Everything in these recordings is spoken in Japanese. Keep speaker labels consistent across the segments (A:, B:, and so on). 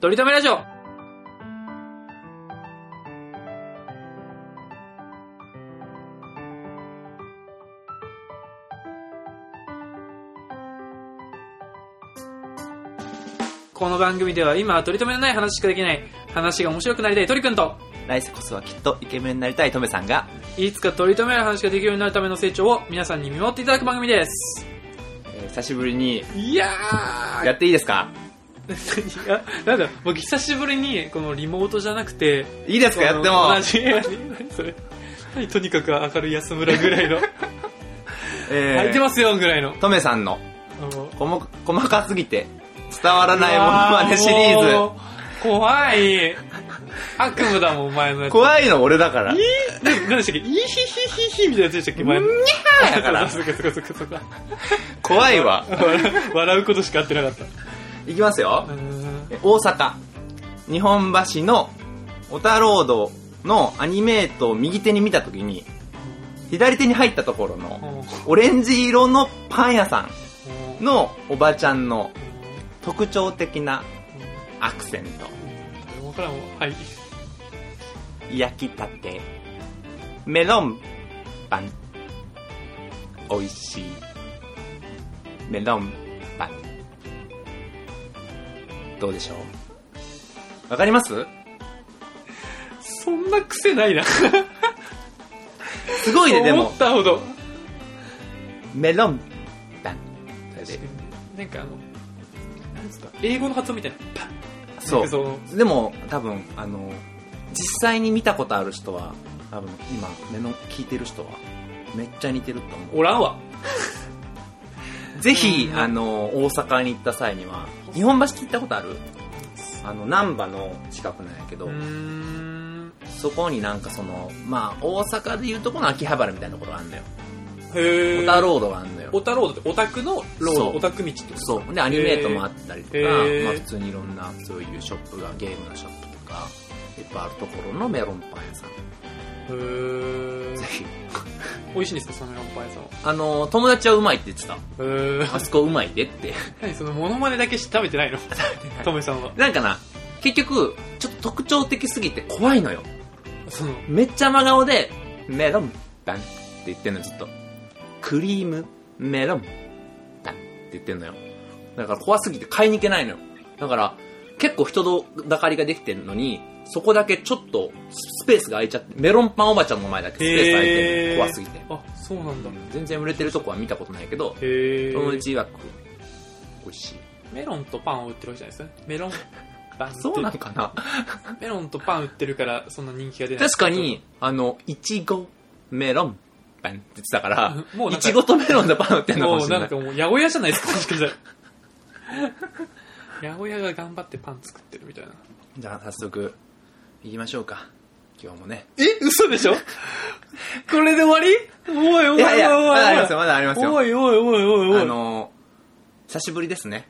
A: とりとめラジオこの番組では今は取り留めのない話しかできない話が面白くなりたい鳥くんと
B: 来世こそはきっとイケメンになりたいトメさんが
A: いつか取り留める話ができるようになるための成長を皆さんに見守っていただく番組です
B: えー久しぶりに
A: いや
B: やっていいですか
A: ーいやなんだ僕久しぶりにこのリモートじゃなくて
B: いいですかやっても
A: 同じ何それ何とにかく明るい安村ぐらい の
B: え
A: 空いて
B: ー
A: ますよぐらいの
B: トメさんの
A: あの
B: こも細かすぎて伝わらないものまねシリ
A: う
B: ー
A: わーもう怖い悪夢だもんお前のや
B: ズ
A: つ
B: 怖いの俺だから
A: な何でしたっけイヒヒヒヒみたいなやつでしたっけ前の
B: にゃーだから
A: そうかそうかそうかそうか
B: 怖いわ
A: 笑笑うことしか合ってなかった
B: いきますよ
A: うーん
B: え大阪日本橋の小太郎堂のアニメートを右手に見た時に左手に入ったところの
A: もう
B: オレンジ色のパン屋さ
A: も
B: んのおばちゃんの特徴的なアクセント
A: うもうこれはもうはい
B: 焼きたてメロンパンおいしいメロンパンどうでしょうわかります
A: そんな癖ないな
B: すごいねで
A: 思
B: も
A: ったほど
B: メロンパン
A: なんかあのなんつうか英語の発音みたいなパン
B: そ
A: なんかの
B: うでも多分あの実際に見たことある人は多分今メロン聞いてる人はめっちゃ似てると思
A: おらんわ
B: うぜひ、
A: うん
B: あの大阪に行った際には日本橋って行ったことあるあの難波の近くなんやけど、
A: うーん
B: そこになんかそのまあ大阪でいうとこの秋葉原みたいなところあんのよ
A: へえ
B: 小太郎道があんのよ
A: オタロードってオタクのロー
B: そ
A: ド
B: う
A: オタク道ってこと
B: そうでアニメートもあったりとか、
A: へー
B: まあ、普通にいろんなそういうショップがゲームのショップとかいっぱいあるところのメロンパン屋さん
A: へえ
B: ぜひ
A: 美味しいんですかその4杯さんは
B: あの友達はうまいって言ってた
A: へえ
B: あそこうまいでって
A: 何そのモノマネだけして食べてないのトメさんは
B: なんかな結局ちょっと特徴的すぎて怖いのよ
A: その
B: めっちゃ真顔でメロンパンって言ってんのよずっとクリームメロンパンって言ってんのよだから怖すぎて買いに行けないのよだから結構人だかりができてるのにそこだけちょっとスペースが空いちゃってメロンパンおばちゃんの前だけスペース空いてる
A: へー
B: の怖すぎて
A: あそうなんだ
B: 全然売れてるとこは見たことないけど
A: へえ
B: 友達曰く美味しい
A: メロンとパンを売ってるわけじゃないですねメロンパン
B: そうなんかな
A: メロンとパン売ってるからそんな人気が出ない
B: 確かに、あの、いちご、メロン、パンって言ってたから、
A: もうなんか
B: いちごとメロンでパン売ってんのかも
A: もう
B: しれ
A: な
B: なんい
A: か。もう八百屋じゃないですかもしかしたら八百屋が頑張ってパン作ってるみたいな
B: じゃあ早速、行きましょうか。今日もね。
A: え嘘でしょこれで終わりおいおいおいおいおい
B: いやいや、まだありますよ、まだありますよ。
A: おいおいおいおいおい
B: あの、久しぶりですね。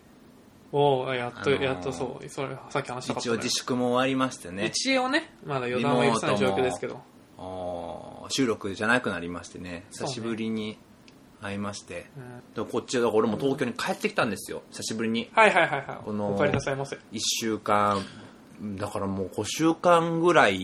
A: おうやっと、
B: あのー
A: やっとそうそれさっき話したかった
B: 一応自粛も終わりましてね、
A: 一応ねまだ予断は許さない状況ですけど
B: おー収録じゃなくなりましてね、
A: そう
B: 久
A: ね
B: しぶりに会いまして。
A: うん
B: でもこっちは、だから俺も東京に帰ってきたんですよ、久しぶりに。
A: はいはいはいはい
B: この
A: お帰りなさいませ
B: 一週間、だからもう5週間ぐ らい、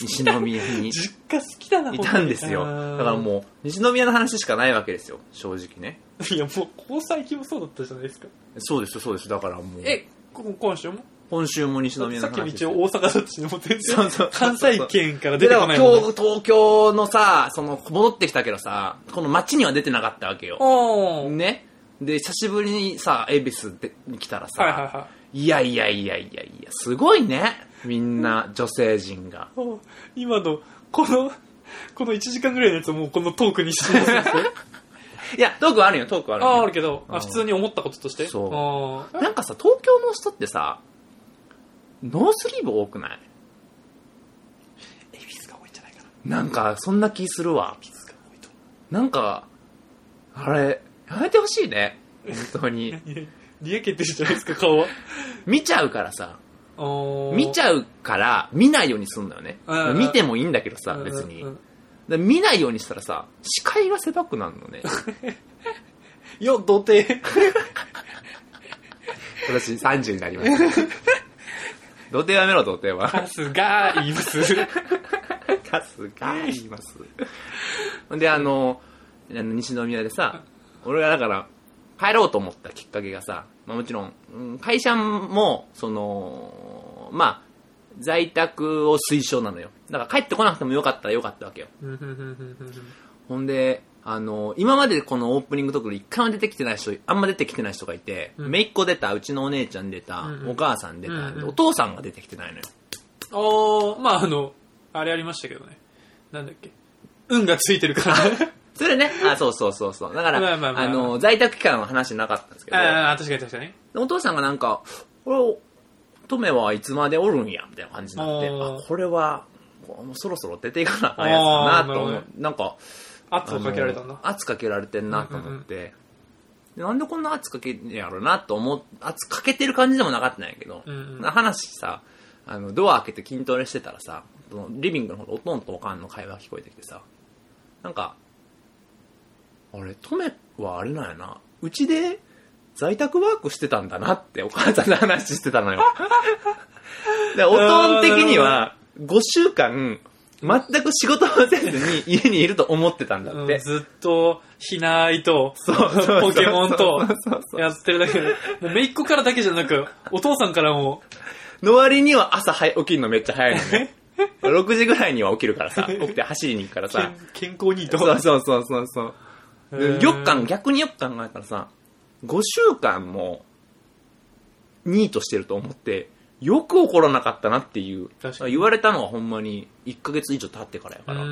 B: 西宮に。
A: 実家好きだない
B: たんですよ。だからもう、西宮の話しかないわけですよ、正直ね。
A: ういやもう交際期もそうだったじゃないですか
B: そうですよ、そうですよ。だからもう、
A: えここ今週も
B: 今週も西宮の話
A: さっきも
B: です
A: 一
B: よ
A: 応大阪だったしもう全
B: そうそ
A: 然
B: う
A: 関西圏から出て
B: で、だ
A: こ
B: か
A: ない
B: ら
A: もん
B: 今日、東京のさ、その、戻ってきたけどさ、この街には出てなかったわけよ。
A: おー
B: ね。で、久しぶりにさ、恵比寿でに来たらさ、
A: はいはいはい
B: やいやいやいやいや、すごいね。みんな、女性陣が。
A: いおー今のこの この1時間ぐらいのやつをもうこのトークにして ますよ
B: いや、トークあるよ、トークあるよ
A: あああるけどあ
B: うん
A: 普通に思ったこととして
B: そう
A: あー
B: なんかさ、東京の人ってさ、ノースリーブ多くない
A: 恵比寿が多いんじゃないかな
B: なんか、そんな気するわ。
A: 恵比寿が多いと
B: なんか、あれ、やめてほしいね。本当に。
A: いやにやけてるじゃないですか顔は
B: 見ちゃうからさ。見ち
A: ゃ
B: ゃうから、見ないようにすんだよね
A: うんうん。
B: 見てもいいんだけどさ、別に。で見ないようにしたらさ、視界が狭くなるの ね。
A: よ土手
B: 私30になりました。土手やめろ、土手は。
A: カスが言います。
B: カスが言います。ほんで、あの、あの西宮でさ、俺がだから、帰ろうと思ったきっかけがさ、まあもちろん、うん会社も、その、まあ、在宅を推奨なのよ。だから帰ってこなくてもよかったらよかったわけよ。
A: うんうんうんうん
B: ほんで、あの、今までこのオープニングトークで一回も出てきてない人、あんま出てきてない人がいて、
A: うん
B: めいっ子出た、うちのお姉ちゃん出た、
A: うんうん
B: お母さん出た、
A: うんうん
B: お父さんが出てきてないのよ。
A: おー、まああの、あれありましたけどね。なんだっけ。運がついてる から。
B: それね、あ、そうそうそうそう。だから、
A: まあまあまあ
B: あの、在宅期間の話なかったんですけど、
A: ああ、確かに確かに。
B: でお父さんがなんか、これ、トメはいつまでおるんや、みたいな感じになって、
A: あー
B: あ、これは、こうそろそろ出ていかなあかんやつだ
A: あー
B: な
A: な
B: と
A: るほ
B: 思
A: ど
B: う。なんか、
A: 圧をかけられたんだ
B: あ。の圧かけられてんなと思って、でなんでこんな圧かけんねやろなと思っ圧かけてる感じでもなかったんやけど、
A: うんうん
B: 話さあのドア開けて筋トレしてたらさそのリビングの方でおとんとおかんの会話が聞こえてきてさなんかあれトメはあれなんやなうちで在宅ワークしてたんだなってお母さんの話してたのよ でおとん的には5週間全く仕事をせずに 家にいると思ってたんだっ
A: う
B: て、
A: ん、ずっと、ひなあいと、
B: そうそうそう
A: ポケモンと
B: そうそうそう
A: やってるだけで、もうめいっ子からだけじゃなく、お父さんからも、
B: の割には朝早起きるのめっちゃ早い のね。6時ぐらいには起きるからさ、起きて走りに行くからさ。
A: 健健康にいいと。
B: そうそうそうそうそう。
A: へ
B: で
A: ー
B: よく考え逆によく考えたらさ、5週間もニートしてると思って、よく怒らなかったなっていう
A: 確か。に
B: 言われたのはほんまに1ヶ月以上経ってからや
A: う
B: から。
A: ー
B: 意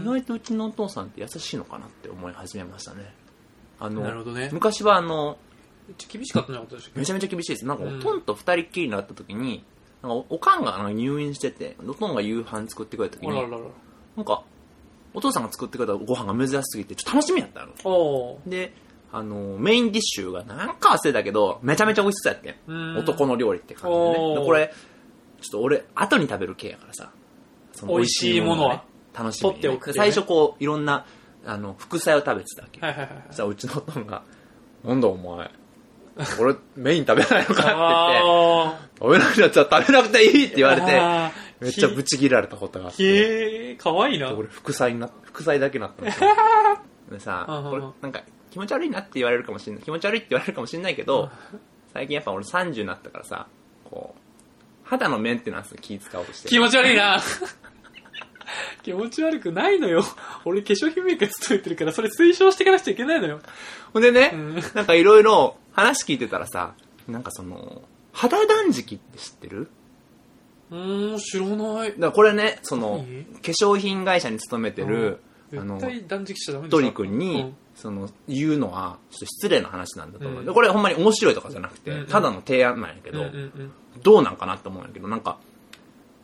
A: ん。
B: 外とうちのお父さんって優しいのかなって思い始めましたね。あの、
A: なるほどね
B: 昔はあの、
A: うち厳しかったね、私。
B: めちゃめちゃ厳しいです。なんか、お
A: うん
B: とんと二人っきりになった時に、なんかお、おかんがあの入院してて、おとんが夕飯作ってくれた時
A: あらら
B: に、
A: らら。
B: なんか、お父さんが作ってくれたご飯が珍しすぎて、ちょっと楽しみやったの。
A: おー。
B: で、あの、メインディッシュがなんか忘れたけど、めちゃめちゃ美味しそうやって
A: うん
B: ん。男の料理って感じでね。
A: おー
B: でこれ、ちょっと俺、後に食べる系やからさ、そ
A: 美味しいものは
B: 美味しいものをね楽しみにね、
A: 取っておくってね
B: 最初こう、いろんな、あの、副菜を食べてたわけ。
A: はいはいはいはい
B: そし。たらうちのおとんが、なんだお前、俺メイン食べないのかって言って、
A: あ
B: 食べなくなっちゃ食べなくていいって言われて、
A: あー
B: めっちゃブチ切られたことがあっ
A: ー
B: て、
A: へえ、かわいいな。
B: 俺副菜にな、副菜だけになったんで すよ。でさ
A: うんうん、
B: こ
A: う
B: れ
A: ん
B: なんか気持ち悪いなって言われるかもしれない、気持ち悪いって言われるかもしれないけど、最近やっぱ俺30になったからさ、こう、肌のメンテナンス気使おうとして
A: 気持ち悪いな。気持ち悪くないのよ。俺化粧品メーカー勤めてるから、それ推奨していかなくちゃいけないのよ。
B: ほんでね、
A: うん
B: なんかいろいろ話聞いてたらさ、なんかその、肌断食って知ってる
A: うーん、知らない
B: だ。からこれね、その
A: 何、
B: 化粧品会社に勤めてる、あの
A: 絶、対断食しちゃダメでしょ
B: トリ君に、
A: うん
B: その、言うのは、ちょっと失礼な話なんだと思う。
A: うん
B: でこれほんまに面白いとかじゃなくて、
A: うんうん
B: ただの提案なんやけど、
A: うんうん
B: どうなんかなって思うんやけど、なんか、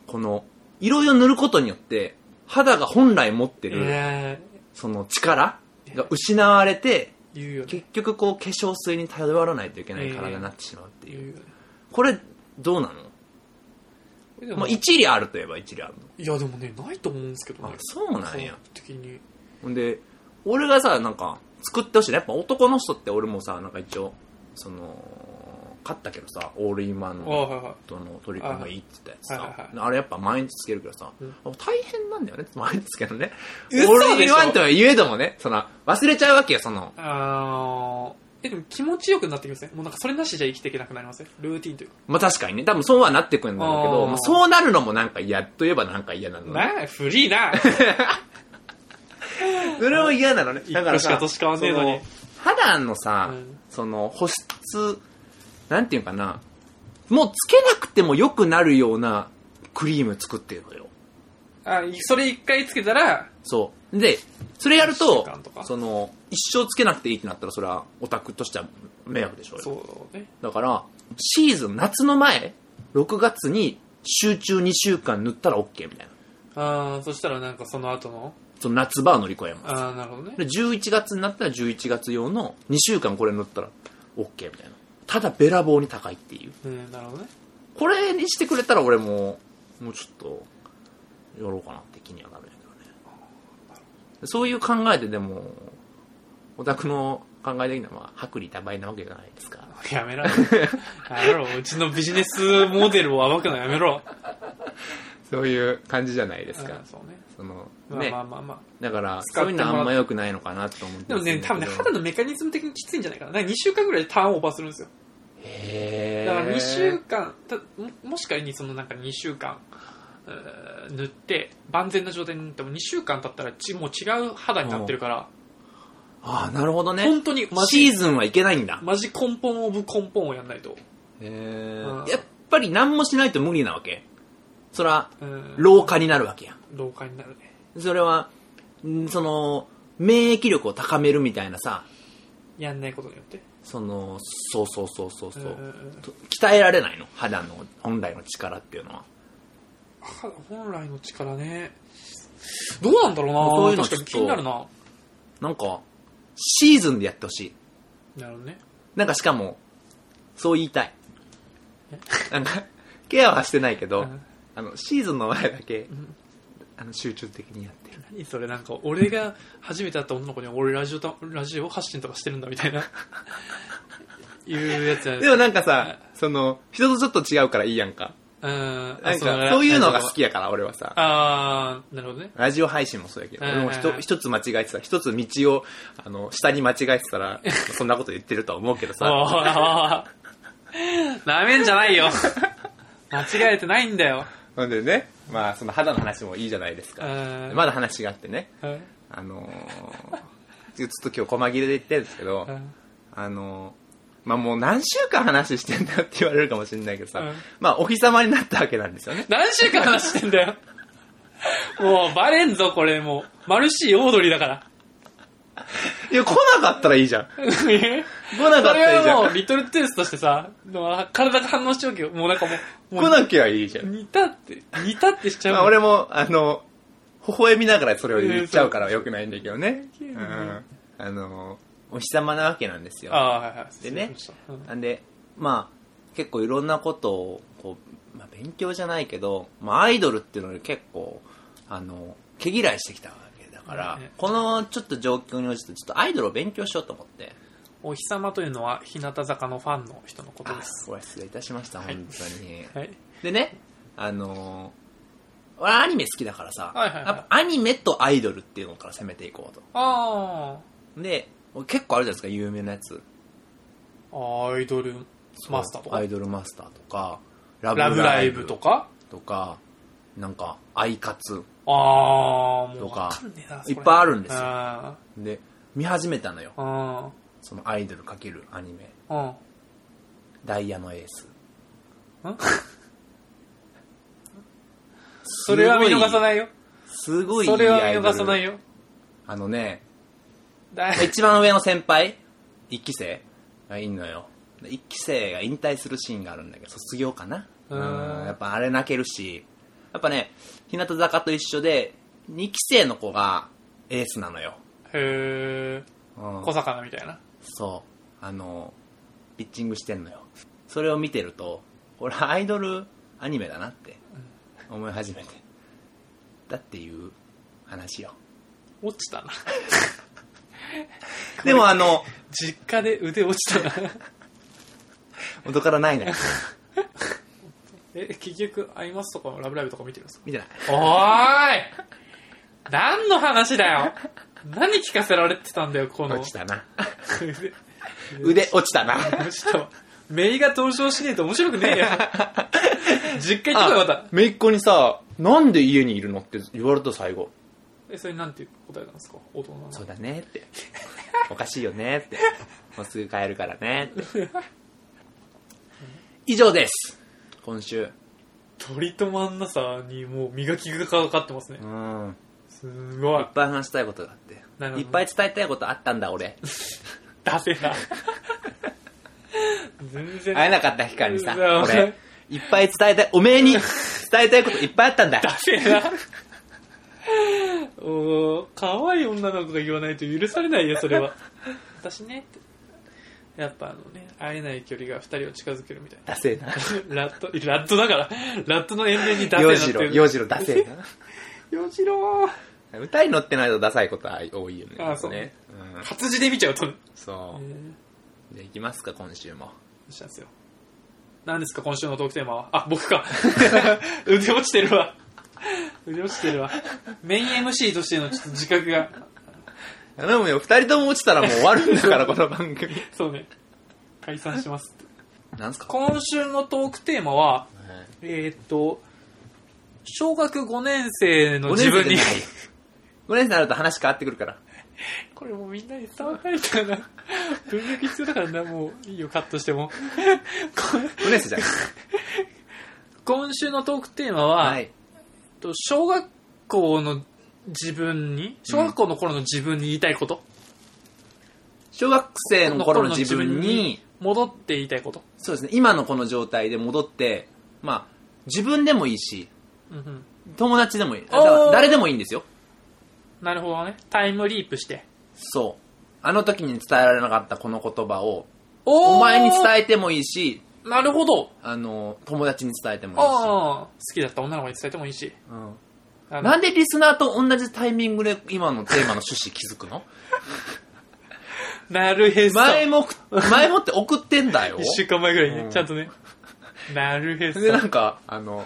B: この、いろいろ塗ることによって、肌が本来持って
A: うん。
B: る、
A: ね
B: その力が失われて、
A: え、言うよね。
B: 結局こう化粧水に頼らないといけない体になってしまうって
A: 言
B: いうう。
A: よね
B: これ、どうなの
A: えで
B: ま
A: も
B: あ、
A: い
B: 一理あるといえば一理ある
A: や、でもね、ないと思うんですけど
B: の。あ
A: ね、。
B: そうなんや
A: 科。学的に。
B: ほんで、俺がさ、なんか、作ってほしいね。やっぱ男の人って俺もさ、なんか一応、その、買ったけどさ、オールインワン
A: ああ、
B: の、
A: はいはい。
B: との取り組みがいいって言ったやつ
A: はいはい
B: さ
A: は、い
B: あれやっぱ毎日つけるけどさ、
A: うん
B: 大変なんだよね、 毎日つけるのね。オ
A: 嘘でしょ
B: ールインワンとは言えどもね、その、忘れちゃうわけよ、その、
A: あーえ、でも気持ちよくなってきますね。もうなんかそれなしじゃ生きていけなくなりますね。ルーティンというか。
B: まあ確かにね、多分そうはなってくるんだろうけど、
A: あー
B: まあ、そうなるのもなんか嫌といえばなんか嫌なのね。
A: なあ、フリー な。
B: それも嫌なのね。だから
A: 一
B: さ、
A: 個しか年変わんねえのに
B: その肌のさ、
A: うん
B: その保湿、なんていうかな、もうつけなくても良くなるようなクリーム作ってるのよ。
A: あいそれ一回つけたら、
B: そう。で、それやる
A: 一
B: と
A: 週間と、か
B: その、一生つけなくていいってなったら、それはオタクとしては迷惑でしょうよ
A: そうね。
B: だから、シーズン、夏の前、6月に集中2週間塗ったら OK みたいな。
A: ああ、そしたらなんかその後の、
B: その夏場を乗り越えます。
A: ああ、なるほどね。
B: で11月になったら11月用の2週間これ塗ったら OK みたいな。ただべらぼうに高いっていう。
A: ねなるほどね。
B: これにしてくれたら俺も、もうちょっと、やろうかなって気にはなるんやけどね。そういう考えででも、オタクの考え的には、まあ、薄利多売なわけじゃないですか。
A: やめろ。やめろ。うちのビジネスモデルを暴くのやめろ。
B: そういう感じじゃないですか
A: うん。そうね。
B: その、
A: まあ
B: ね
A: まあ。まあまあ。
B: だから、
A: 使っ
B: そう
A: て
B: いう
A: もら
B: の
A: っ
B: あんま良くないのかなと思って
A: でもね、多分ね、肌のメカニズム的にきついんじゃないかな。なんか2週間ぐらいでターンオーバーするんですよ。だ
B: へ
A: から2週間、たももし仮にそのなんか2週間、えー塗って、万全な状態になっても2週間経ったらちもう違う肌になってるから、
B: ああ、なるほどね。
A: 本当にマ
B: シ
A: ジ、
B: ーズンはいけないんだ。
A: マジ根本オブ根本をやんないと。
B: へえ
A: うん
B: やっぱり何もしないと無理なわけ。それは、
A: うん
B: 老化になるわけや。
A: 老化になるね。
B: それは、んその、免疫力を高めるみたいなさ、
A: やんないことによって。
B: その、そうそうそうそうそう。
A: うんうんうん
B: と鍛えられないの肌の本来の力っていうのは。
A: は本来の力ね。どうなんだろうな
B: そういうの
A: 確かに気になるな。
B: なんか、シーズンでやってほしい。
A: なるほどね。
B: なんかしかも、そう言いたい
A: え。
B: なんか、ケアはしてないけど、
A: うん
B: あの、シーズンの前だけ、
A: ん
B: あの、集中的にやってる。
A: 何それなんか俺が初めて会った女の子に俺ラジオたラジオ発信とかしてるんだみた いないうやつや
B: でもなんかさ、その、人とちょっと違うからいいやんか。
A: うん
B: な
A: だ
B: んか、
A: ら
B: そういうのが好きやから、俺はさ。
A: あーなるほどね
B: ラジオ配信もそうやけど、
A: うん
B: 俺もひと
A: うん
B: 一つ間違えてた、一つ道を、あの、下に間違えて たら、そんなこと言ってるとは思うけど
A: お
B: さ、
A: ーなめんじゃないよ間違えてないんだよ
B: なんでね、まあ、その肌の話もいいじゃないです
A: う
B: か。
A: ん
B: まだ話があってね、
A: うん
B: あの ー、ちょっと今日細切れで言ってるんですけど
A: う、ん
B: あの、まあ、もう何週間話してんだよって言われるかもしれないけどさ、
A: うん
B: まあ、お日様になったわけなんですよね。
A: 何週間話してんだよもうバレんぞこれもうマルシーオードリーだ から
B: いや、来なかったらいいじゃん。来
A: え そ
B: なかったらい
A: れ
B: いじゃ
A: はも
B: ん。
A: うリトルトゥースとしてさ体が反応しちゃうけどもうなんかもうもう
B: 来なきゃいいじゃん。
A: 似たって、似たってしちゃう。
B: まあ、俺も、あの、微笑みながらそれを言っちゃうから
A: うん
B: よくないんだけどね。う
A: うん
B: ん。あの、お日様なわけなんですよ。
A: ああ、はいはい。
B: でね
A: 失礼しました
B: なんで、まあ、結構いろんなことを、こう、まあ、勉強じゃないけど、まあ、アイドルっていうのに結構、あの、毛嫌いしてきたわけだから、
A: うん
B: このちょっと状況に応じて、ちょっとアイドルを勉強しようと思って。
A: うんお日様というのは、日向坂のファンの人のこと
B: あ
A: です。、
B: ご失礼いたしました、
A: はい
B: 本当に。
A: はい。
B: でね、あのー、俺アニメ好きだからさ、
A: はいはいはい
B: やっぱアニメとアイドルっていうのから攻めていこう
A: あ
B: と。で、結構あるじゃないですか、有名なやつ。
A: あ、アイドルマスターとか
B: アイ、ドルマスターとか、ラ
A: ラブライブとか、
B: とか、なんか、アイカツ。
A: ああ、も
B: と
A: う
B: か
A: わかんねえな、
B: いっぱいあるんですよ
A: よ。
B: で、見始めたのよ。
A: うん。うん。
B: そのアイドル×アニメ。
A: うん。
B: ダイヤのエース。
A: それは見逃さ
B: い。
A: ないよ。
B: すごいいい
A: それは見
B: アイド
A: 逃
B: ル
A: さないよ。
B: あのね、
A: だ
B: 一番上の先輩、一期生がいんのよ。で一期生が引退するシーンがあるんだけど、卒業かな。
A: う
B: うんん。やっぱあれ泣けるし、やっぱね、日向坂と一緒で、二期生の子がエースなのよ。
A: へえ、
B: うん
A: 小魚みたいな。
B: そう。あの、ピッチングしてんのよ。それを見てると、俺アイドルアニメだなって思い始めて。だっていう話よ。
A: 落ち たな。
B: でもあの、
A: 実家で腕落ちたな。
B: 元からないね。
A: え、結局、アイマスとかラブライブとか見てるんですか
B: 見てない。
A: おーい何の話だよ何聞かせられてたんだよ、この。
B: 落ちたな。
A: 腕
B: 腕落ちた な。
A: 落ちたわ。メイが登場しねえと面白くねえよ。実家行ってこよ、また。
B: めいっ子にさ、なんで家にいるのって言われた最後。
A: え、それなんて答えたんですか大人なの
B: そうだね って。おかしいよねって。もうすぐ帰るからね って。以上です。今週。
A: 鳥と真ん中にもう磨きがかかってますね
B: う。ん。
A: すご
B: い
A: い
B: っ。ぱい話したいことがあって
A: なるほど
B: いっぱい伝えたいことあったんだ 俺
A: 出せ な。全然。
B: 会えなかった日からにさ
A: うん
B: 俺いっぱい伝えたいおめえに伝えたいこといっぱいあったんだ
A: ダメな。おー可愛い女の子が言わないと許されないよ、それは。私ね、ってやっぱあのね、会えない距離が二人を近づけるみたいな。
B: ダセえな
A: ラット、ラットだから、ラットの延命にダセーなっ
B: 洋
A: て
B: 次郎
A: いう。
B: 洋次郎ダセえな
A: 洋次郎
B: 歌に乗ってないとダサいことは多いよね。
A: あそう
B: ね。ん。
A: 活字で見ちゃうと、え
B: そう。
A: ー
B: じゃあ行きますか、今週も。
A: どうしたんですよ。何ですか、今週のトークテーマは。あ、僕 か。腕落ちてるわ。腕落ちてるわ。メイン MC としてのちょっと自覚が。
B: 頼むよ、二人とも落ちたらもう終わるん だから、この番組。
A: そうね。解散します。
B: なんすか
A: 今週のトークテーマは、えーっと、小学5年生の
B: 5
A: 自
B: 年
A: 分
B: 生で
A: に
B: ない。5年生になると話変わってくるから。
A: これもうみんなに伝わらないからな。文脈必要だからな、もういいよ、カットしても。 こ
B: 5年生じゃん。
A: 今週のトークテーマは、
B: はい。
A: と小学校の自分に小学校の頃の自分に言いたいこと、
B: 小学生の頃の自分に、
A: 戻って言いたいこと、
B: そうですね、今のこの状態で戻って、まあ、自分でもいいし、
A: うんうん、
B: 友達でもいい。だ
A: おー
B: から誰でもいいんですよ。
A: なるほどねタイムリープして
B: そう。あの時に伝えられなかったこの言葉を、
A: お
B: お前に伝
A: え
B: えてもいいし、
A: なるほど
B: あの、友達に伝えてもいいし。
A: ああ好きだった女の子に伝えてもいいし
B: うん
A: あの
B: なんでリスナーと同じタイミングで今のテーマの趣旨気づくの
A: なるへ そ
B: 前も、前もって送ってんだよ
A: 1。週間前ぐらいにね、
B: うん
A: ちゃんとねなるへそ
B: で、なんか、あの、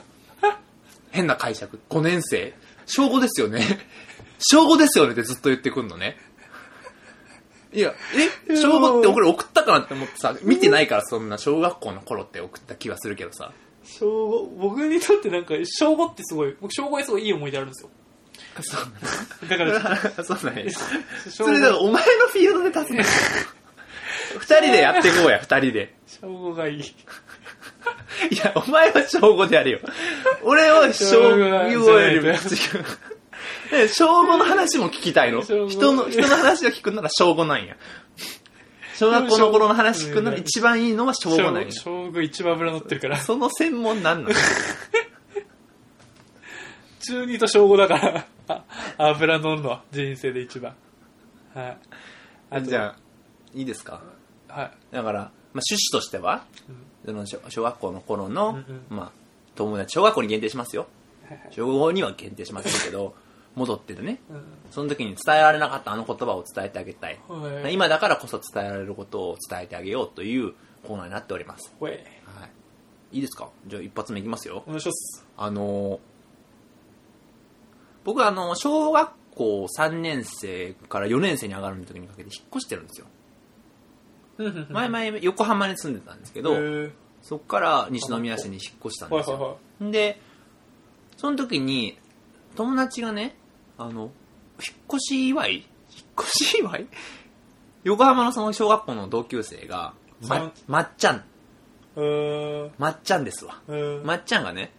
B: 変な解釈。5年生。小5ですよね。小5ですよねってずっと言ってくんのね。いや、え小5って俺送ったかなって思ってさ、見てないからそんな小学校の頃って送った気はするけどさ。
A: 小五僕にとってなんか小5ってすごい僕小5にすごいいい思い出あるんですよだからちょっ
B: そうなんや。
A: と小
B: それだから
A: 5
B: お前のフィールドで立つね。二人でやってこうや、二人で。
A: 小5がいい
B: いや、お前は小5でやるよ。俺は小5よりも違う。 え小5の話も聞きたいの
A: 小五
B: 人の、人の話を聞くなら小5なんや。小学校の頃の話聞くなら一番いいのは小5なんや。
A: 小5一番脂乗ってるから
B: その専門なんなの
A: 中2と小5だからあ油乗るのは人生で一番はいあと
B: じゃあ、いいですか
A: はい
B: だから、まあ、趣旨としては、その小小学校の頃の、
A: うんうん
B: まあ、友達、小学校に限定しますよ
A: はいはい。
B: 小学校には限定しませんけど、戻っててね、
A: うん
B: その時に伝えられなかったあの言葉を伝えてあげたい。
A: はい
B: 今だからこそ伝えられることを伝えてあげようというコーナーになっております。
A: ほえ
B: はい。いいですかじゃあ一発目いきますよ
A: お。願いします
B: あのー僕はあの、小学校3年生から4年生に上がる時にかけて引っ越してるんですよ。前々横浜に住んでたんですけ
A: ど
B: ど、
A: うへ
B: そこから西宮市に引っ越したん
A: ーは
B: で
A: い
B: す
A: はい
B: よ。
A: は
B: で、その時に、友達がね、あの、引っ越し祝い引っ越し祝い横浜のその小学校の同級生が、ま、まっちゃん、
A: いうー
B: まっちゃんですわ。
A: うー
B: まっちゃんがね、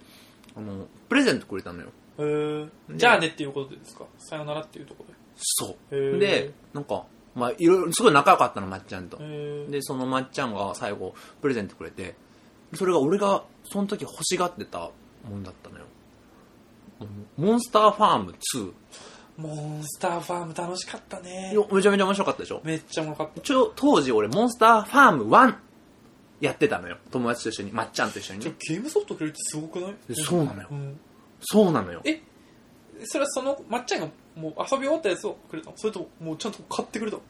B: あの、プレゼントくれたのよ。
A: うーじゃあねっていうことでですかさよならっていうところ
B: そ
A: へー
B: う。で、なんか、まあ、いろいろ、すごい仲良かったの、まっちゃんと
A: で。へー
B: で、そのまっちゃんが最後、プレゼントくれて、それが俺が、その時欲しがってたもんだったのよ。モンスターファーム
A: モンスターファーム楽しかったね
B: 2。よめちゃめちゃ面白かったでしょ
A: めっちゃおもろかった
B: ちょ、当時俺、モンスターファーム1やってたのよ。友達と一緒に、まっちゃんと一緒に
A: ちょ
B: ね。
A: ゲームソフトくれるってすごくない
B: えそうなのよ
A: ん
B: そうなのよ。
A: えそれはそのまっちゃんがもう遊び終わったやつをくれたのそれとももうちゃんと買ってくれたの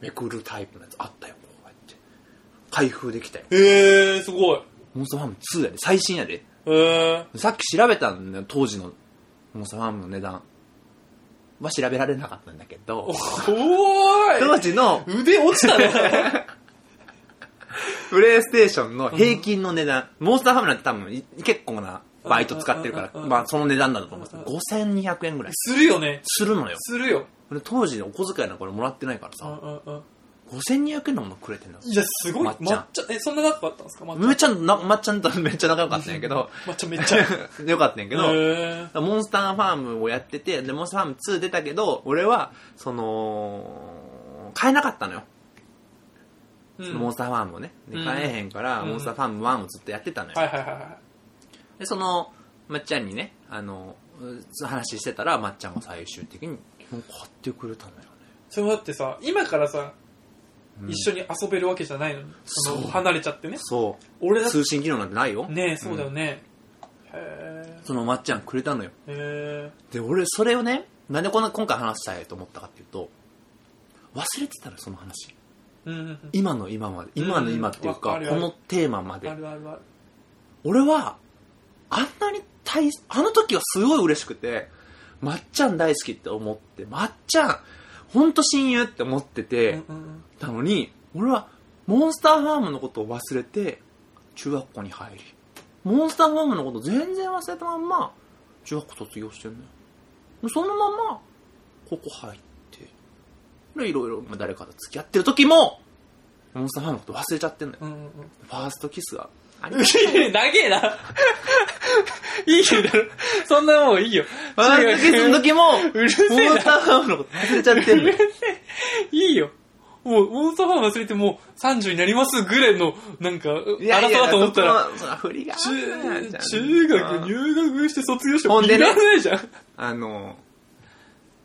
B: めくるタイプのやつあったよ、こうやって。開封できたよ。
A: へえー、すごい
B: モンスターファーム2やで、最新やで。
A: へえ
B: さっき調べたんだよ、当時のモンスターファームの値段は調べられなかったんだけど、
A: お
B: 当
A: ー
B: 時の
A: い腕落ちた ね
B: プレイステーションの平均の値段、モンスターファームなんて多分い結構なバイト使ってるか
A: うん
B: ら、
A: うんうんうん
B: まあその値段だと思うんです
A: うん
B: けど、5200円ぐらい
A: するよね
B: するのよ。
A: するよ
B: これ当時のお小遣いなんか俺もらってないから
A: うん
B: さ、
A: うんうん
B: 5200円のものくれてんだよ。
A: いやすごいま
B: ま
A: っ
B: っ
A: ち
B: ち
A: ゃ
B: ゃ
A: ん
B: ん
A: えそんな仲あったんですかまっちゃん
B: めっちゃな、まっちゃんとめっちゃ仲良かったんやけど、
A: まっちゃんめっちゃへ
B: よかったんやけど、
A: え
B: モンスターファームをやってて、で、モンスターファーム2出たけど、俺は、その、買えなかったのよ。
A: う
B: モン
A: ん
B: スターファームをね。
A: うん
B: で買えへんから、
A: うん
B: モンスターファーム1をずっとやってたのよ。
A: はいはいはいは
B: で、その、まっちゃんにね、あの、う話してたら、まっちゃんが最終的に、もう買ってくれたのよね。
A: いそれもだってさ今からさ
B: うん
A: 一緒に遊べるわけじゃないのにその
B: そう
A: 離れちゃってね
B: そ
A: 俺だ
B: う。
A: って
B: 通信機能なんてないよ。
A: ねえそうだよねへ
B: そのまっちゃんくれたのよ。
A: えへえ
B: で、俺、それをね、なんでこんな今回話したいと思ったかっていうと忘れてたらその話
A: うんうんうん
B: 今の今まで今の今っていう
A: うん
B: か、
A: わかる
B: このテーマまで
A: あるあるある
B: 俺はあんなに大あの時はすごい嬉しくてまっちゃん大好きって思ってまっちゃんほんと親友って思ってて、
A: うんうんうん
B: たのに俺はモンスターファームのことを忘れて中学校に入りモンスターファームのこと全然忘れたまんま中学校卒業してんのよでそのままここ入ってでいろいろまあ誰かと付き合ってる時もモンスターファームのこと忘れちゃってんのよ
A: うんうんうん
B: ファーストキスがあ りました
A: いや、長えな。いいけど、そんなもんいいよ。
B: ファーストキスの時も
A: うるせえ
B: モンスタ
A: な。
B: ーファームのこと忘れちゃって
A: うん
B: の
A: る
B: よ
A: せえ。いいよ。もう、モンスターファン忘れてもう30になりますぐらいの、なんか、
B: いや
A: 荒
B: いや
A: さだと思ったら、
B: そんなそんな振りがあ
A: 中
B: んなじゃん
A: 中
B: うん
A: 学入学して卒業して
B: ほ
A: も
B: ん
A: い
B: でね
A: らないじゃん。
B: あの、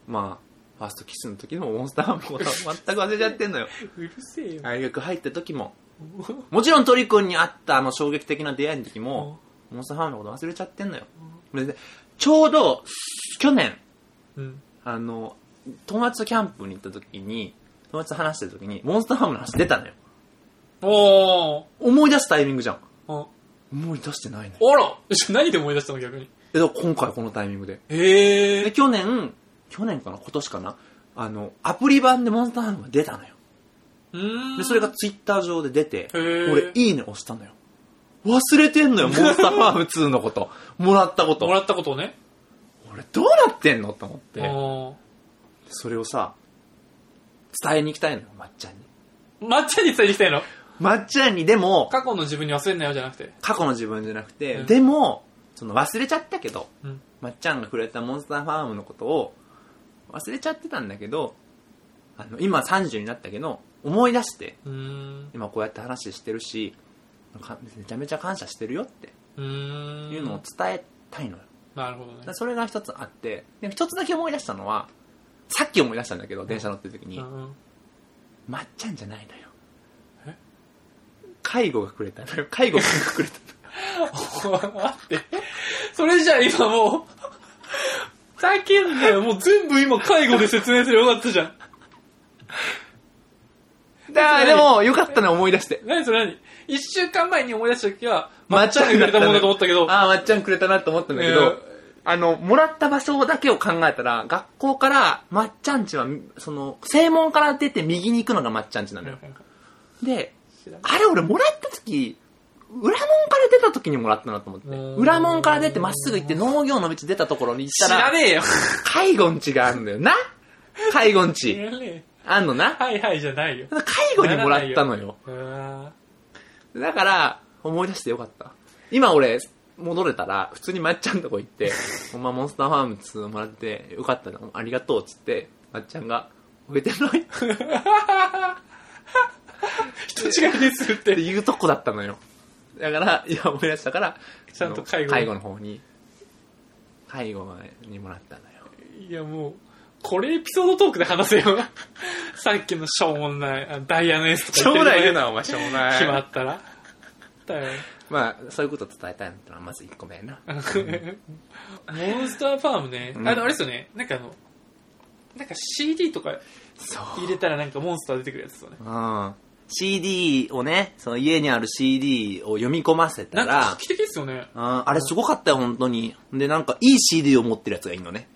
B: まあ、ファーストキスの時のモンスターハンコ全く忘れちゃってんのよ。
A: うるせえよ。
B: 大学入った時も、もちろんトリ君に会ったあの衝撃的な出会いの時も、モンスターハンのこと忘れちゃってんのよ。でちょうど、去年、
A: うん。
B: あの、友達とキャンプに行った時に、友達と話してる時に、モンスターハンの話出たのよ。
A: おー。
B: 思い出すタイミングじゃん。
A: あ
B: 思い出してないのよ。
A: あら えじゃあ何で思い出したの逆に。
B: え、だから今回このタイミングで。
A: へ
B: で、
A: え。
B: 去年、去年かな今年かなあの、アプリ版でモンスターハンが出たのよ。
A: うーん。
B: で、それがツイッター上で出て、
A: ー
B: 俺、いいね押したのよ。忘れて んのよ、モンスターファーム2のこと。もらったこ
A: もら
B: と。
A: ったことをね。
B: 俺、どうなってんのと思っ
A: あ
B: て、
A: ー
B: それをさ、伝えに行きたいのよ、まっちゃんに。
A: 抹茶に伝えていきたいの
B: まっちゃんに、でも、
A: 過去の自分に忘れんなよじゃなくて。
B: 過去の自分じゃなくて、
A: うん
B: でも、その忘れちゃったけど、
A: うん。
B: まっちゃんが触れたモンスターファームのことを、忘れちゃってたんだけど、あの、今30になったけど、思い出して、
A: うーん。
B: 今こうやって話してるし、かめちゃめちゃ感謝してるよって
A: うーん。
B: いうのを伝えたいのよ。
A: なるほど
B: だ
A: ね
B: から。それが一つあって、でも一つだけ思い出したのは、さっき思い出したんだけど、電車乗ってる時に、
A: うん
B: まっちゃんじゃないのよ
A: え。
B: 介護がくれたのよ。介護がくれた
A: 待って。それじゃあ今もう、 叫んだよ。もう全部今介護で説明すればよかったじゃん。
B: の。だからでも、よかったね、思い出して。
A: 何それ何一週間前に思い出した時は、まっちゃんにくれたものだと思ったけど、
B: ああ、まっちゃんくれたなと思ったんだけ
A: い
B: ど
A: や、
B: あの、もらった場所だけを考えたら、学校から、まっちゃんちは、その、正門から出て右に行くのがまっちゃんちなのよ。で、
A: 知らん
B: あれ俺もらった時、裏門から出た時にもらったなと思って。
A: うーん
B: 裏門から出てまっすぐ行って農業の道出たところに行っ
A: 知
B: た
A: ら
B: ら、
A: ねえよ。
B: 介護んちがあるんだよな。介護ん
A: 知
B: ち。
A: らねえ。
B: あんのな。
A: はいはいじゃないよ。
B: 介護にもらったのよ。
A: うわ
B: だから、思い出してよかった。今俺、戻れたら、普通にまっちゃんとこ 行って、お前モンスターファーム2もらって、よかったな、ありがとうっつって、まっちゃんが、置いてないっ
A: 人違いですってて。
B: いうとこだったのよ。だから、今思い出したから、
A: ちゃんと介護
B: あの介護の方に、介護にもらったの よ。
A: いやもう、これエピソードトークで話せよ。さっきのしょうもない、あダイヤのエースとか言ってる
B: な、お前、しょうもな
A: 決まったら。だよ。
B: まあ、そういうことを伝えたいのは、まず1個目やな。
A: モンスターファームね。
B: うん
A: あの、あれですよね。なんかあの、なんか CD とか
B: そう。
A: 入れたらなんかモンスター出てくるやつだね。
B: うん。CD をね、その家にある CD を読み込ませた
A: な
B: ら、
A: んか画期的ですよね。
B: あーあれすごかったよ、本当に。で、なんか、いい CD を持ってるやつがいいのね。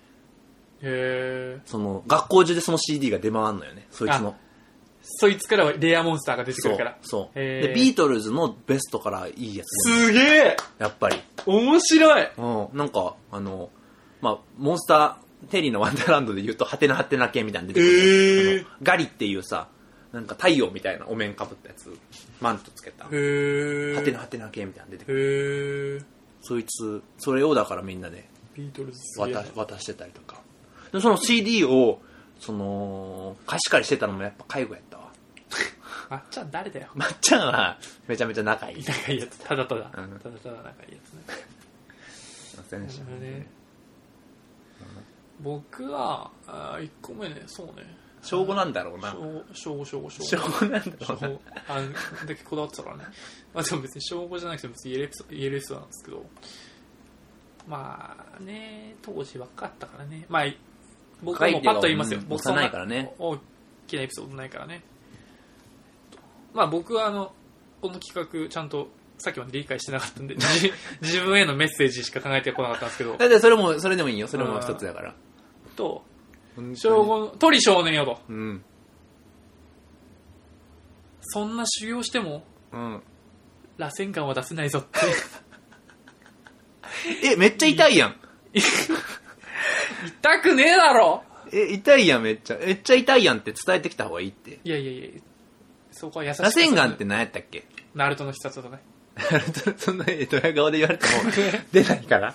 A: へー
B: その、学校中でその CD が出回るのよね、そいつの。
A: そいつからはレアモンスターが出てく
B: そ
A: る
B: う
A: から。。
B: そう。
A: へー
B: で、ビートルズのベストからいいやつね、
A: すげえ
B: やっぱり。
A: 面白い
B: うん。なんか、あの、まあ、モンスター、テリーのワンダーランドで言うと、ハテナハテナ系みたいなの出てくる、
A: へー
B: あのガリっていうさ、なんか太陽みたいなお面かぶったやつ、マントつけた。ハ
A: へー
B: テナハテナ系みたいなの出てく
A: へ
B: る。
A: ー
B: そいつ、それをだからみんなで
A: ビートルズすげえな
B: 渡渡してたりとかでその CD をその貸し借りしてたのもやっぱ介護やったわ
A: あっちゃん誰だよ。
B: まっちゃんはめちゃめちゃ仲いい
A: 仲いいやつ。ただただ。た
B: う
A: だ
B: ん
A: ただ仲いいやつね。
B: 選
A: なるほどね僕は、あ1個目ね、そうね。
B: 小5なんだろうな
A: 小5、小5、小
B: 小
A: 5。
B: 5なんだ
A: 小
B: ろうな
A: 5、あ んだけこだわってたからね。まあでも別に小5じゃなくて別に言えるエピソ言えるエピソードなんですけど。まあね、当時若かったからね。まあ、僕
B: 若
A: はいもう
B: けど
A: パッと言いますよ
B: うん
A: 僕そんな
B: 幼いからね
A: 大きなエピソードないからねまあ僕はあのこの企画ちゃんとさっきまで理解してなかったん で自自分へのメッセージしか考えてこなかったんですけど
B: だってそれも、それでもいいよ。それも一つだから。
A: と小
B: 小
A: 五の鳥少年よと
B: うん。
A: そんな修行しても
B: うん。
A: 螺旋感は出せないぞって
B: え、めっちゃ痛いやん。
A: 痛くねえだろ
B: え、痛いやん、めっちゃ。めっちゃ痛いやんって伝えてきた方がいいって。
A: いやいやいやそこは優しく
B: 螺旋岩って何やったっけ
A: ナルトの必殺技ね
B: そんなドヤ顔で言われ ても出ないから。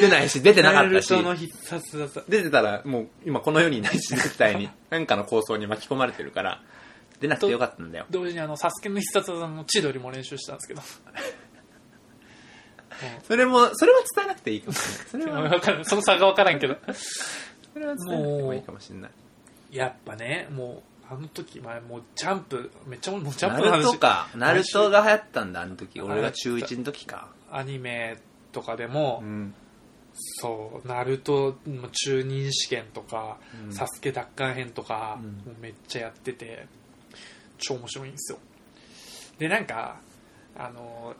B: 出ないし、出てなかったし
A: ナ。ルトの必殺技
B: 出てたら、もう今この世にいないし、絶対に。 なんかの構想に巻き込まれてるから、出なくてよかったんだよ。
A: 同時にあのサスケの必殺技の千鳥も練習したんですけど
B: それも、それは伝えなくていいかもしれない。それは、
A: わかる その差が分からんけど
B: それは伝えなくてもいいかもしれない。
A: やっぱねもうあの時前もうジャンプめっちゃもうジャンプの
B: ナルト
A: 話
B: か。ナルトが流行ったんだ、あの時。俺が中1の時か。
A: アニメとかでも、
B: うん。
A: そう「ナルトの中任試験」とか「
B: うん
A: サスケ奪還編」とか、
B: うん
A: もうめっちゃやってて超面白いんですよでなんかあの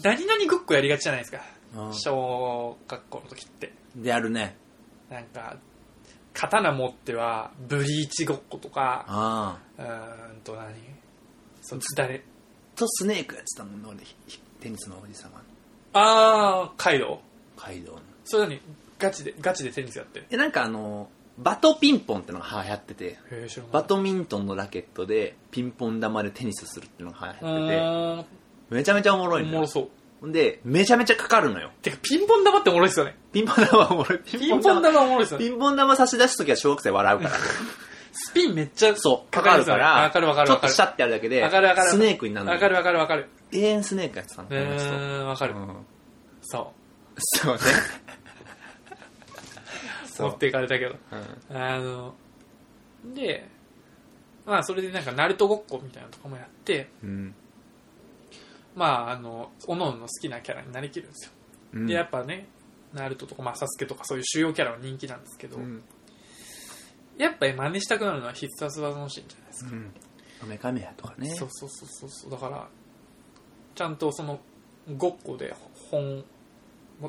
A: 何々ごっこやりがちじゃないですか
B: あー
A: 小学校の時って
B: で、あるね。
A: なんか刀持ってはブリーチごっことか
B: あ
A: う
B: あ。
A: ーんと何そうつだれ
B: とスネークやってたもんね、俺ひテニスのおじさま。
A: ああカイロ
B: カイドウの。
A: それなのにガチでガチでテニスやってる
B: え、なんかあの、バトピンポンってのが流行ってて、
A: へえ知らなか
B: バ
A: った
B: ドミントンのラケットでピンポン玉でテニスするってのが
A: う
B: 流行って
A: ーん
B: て、めちゃめちゃおもろ
A: お
B: い
A: も
B: の
A: ろ
B: よ。
A: そう
B: ほんで、めちゃめちゃかかるのよ。
A: てかピンポン玉っておもろいっすよね
B: ピンポン玉はおもろい。
A: ピンポン玉おもろいっすよね
B: ピンポン玉差し出すときは小学生笑うから。
A: スピンめっちゃ
B: そう、かかるか
A: わ
B: ら、
A: かるわかる
B: ちょ
A: わ
B: っ
A: か
B: と
A: る
B: シャってやるだけで
A: わかるわか、る
B: スネークになるの
A: わ
B: よ
A: かるわかるわかる
B: 永遠スネークやってたの、
A: う
B: この人。
A: ーんわかる
B: うん
A: そ
B: そうね。
A: う持っていかれたけど
B: うん
A: あのでまあそれでなんかナルトごっこみたいなのとかもやって
B: うん。
A: まああのおのおの好きなキャラになりきるんですよ
B: うん
A: でやっぱねナルトとか、まあ、サスケとかそういう主要キャラは人気なんですけど、
B: うん
A: やっぱり真似したくなるのは必殺技のシーンじゃないですか、
B: カカメやとかね。
A: そうそうそうそうそうだからちゃんとそのごっこで本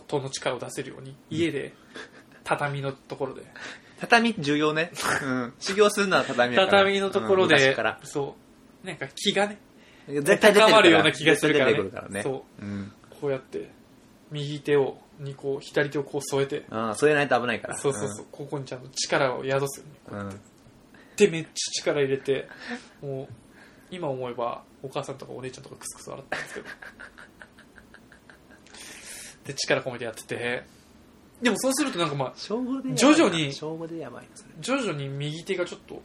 A: との力を出せるように家で畳のところで
B: 畳重要ね。うん。修行するのは畳やから。
A: 畳のところ
B: うん昔
A: で、
B: から
A: そうなんか気がね
B: 絶対出て
A: 高
B: くる
A: ま
B: か
A: る
B: ら。
A: ような気がするから
B: 絶対出て
A: ね
B: くるからね。
A: そう
B: う。ん。
A: こうやって右手をにこう左手をこう添えて
B: うん、それないと危ないから。
A: そうそうそう、ここにちゃんと力を宿すように
B: うん。うん。
A: でめっちゃ力入れてもう今思えばお母さんとかお姉ちゃんとかクスクス笑ったんですけどで力込めてやっててでもそうするとなんかまあ
B: 小五でやばいな。
A: 徐々に
B: 小五でやばいな、それ
A: 徐々に右手がちょっと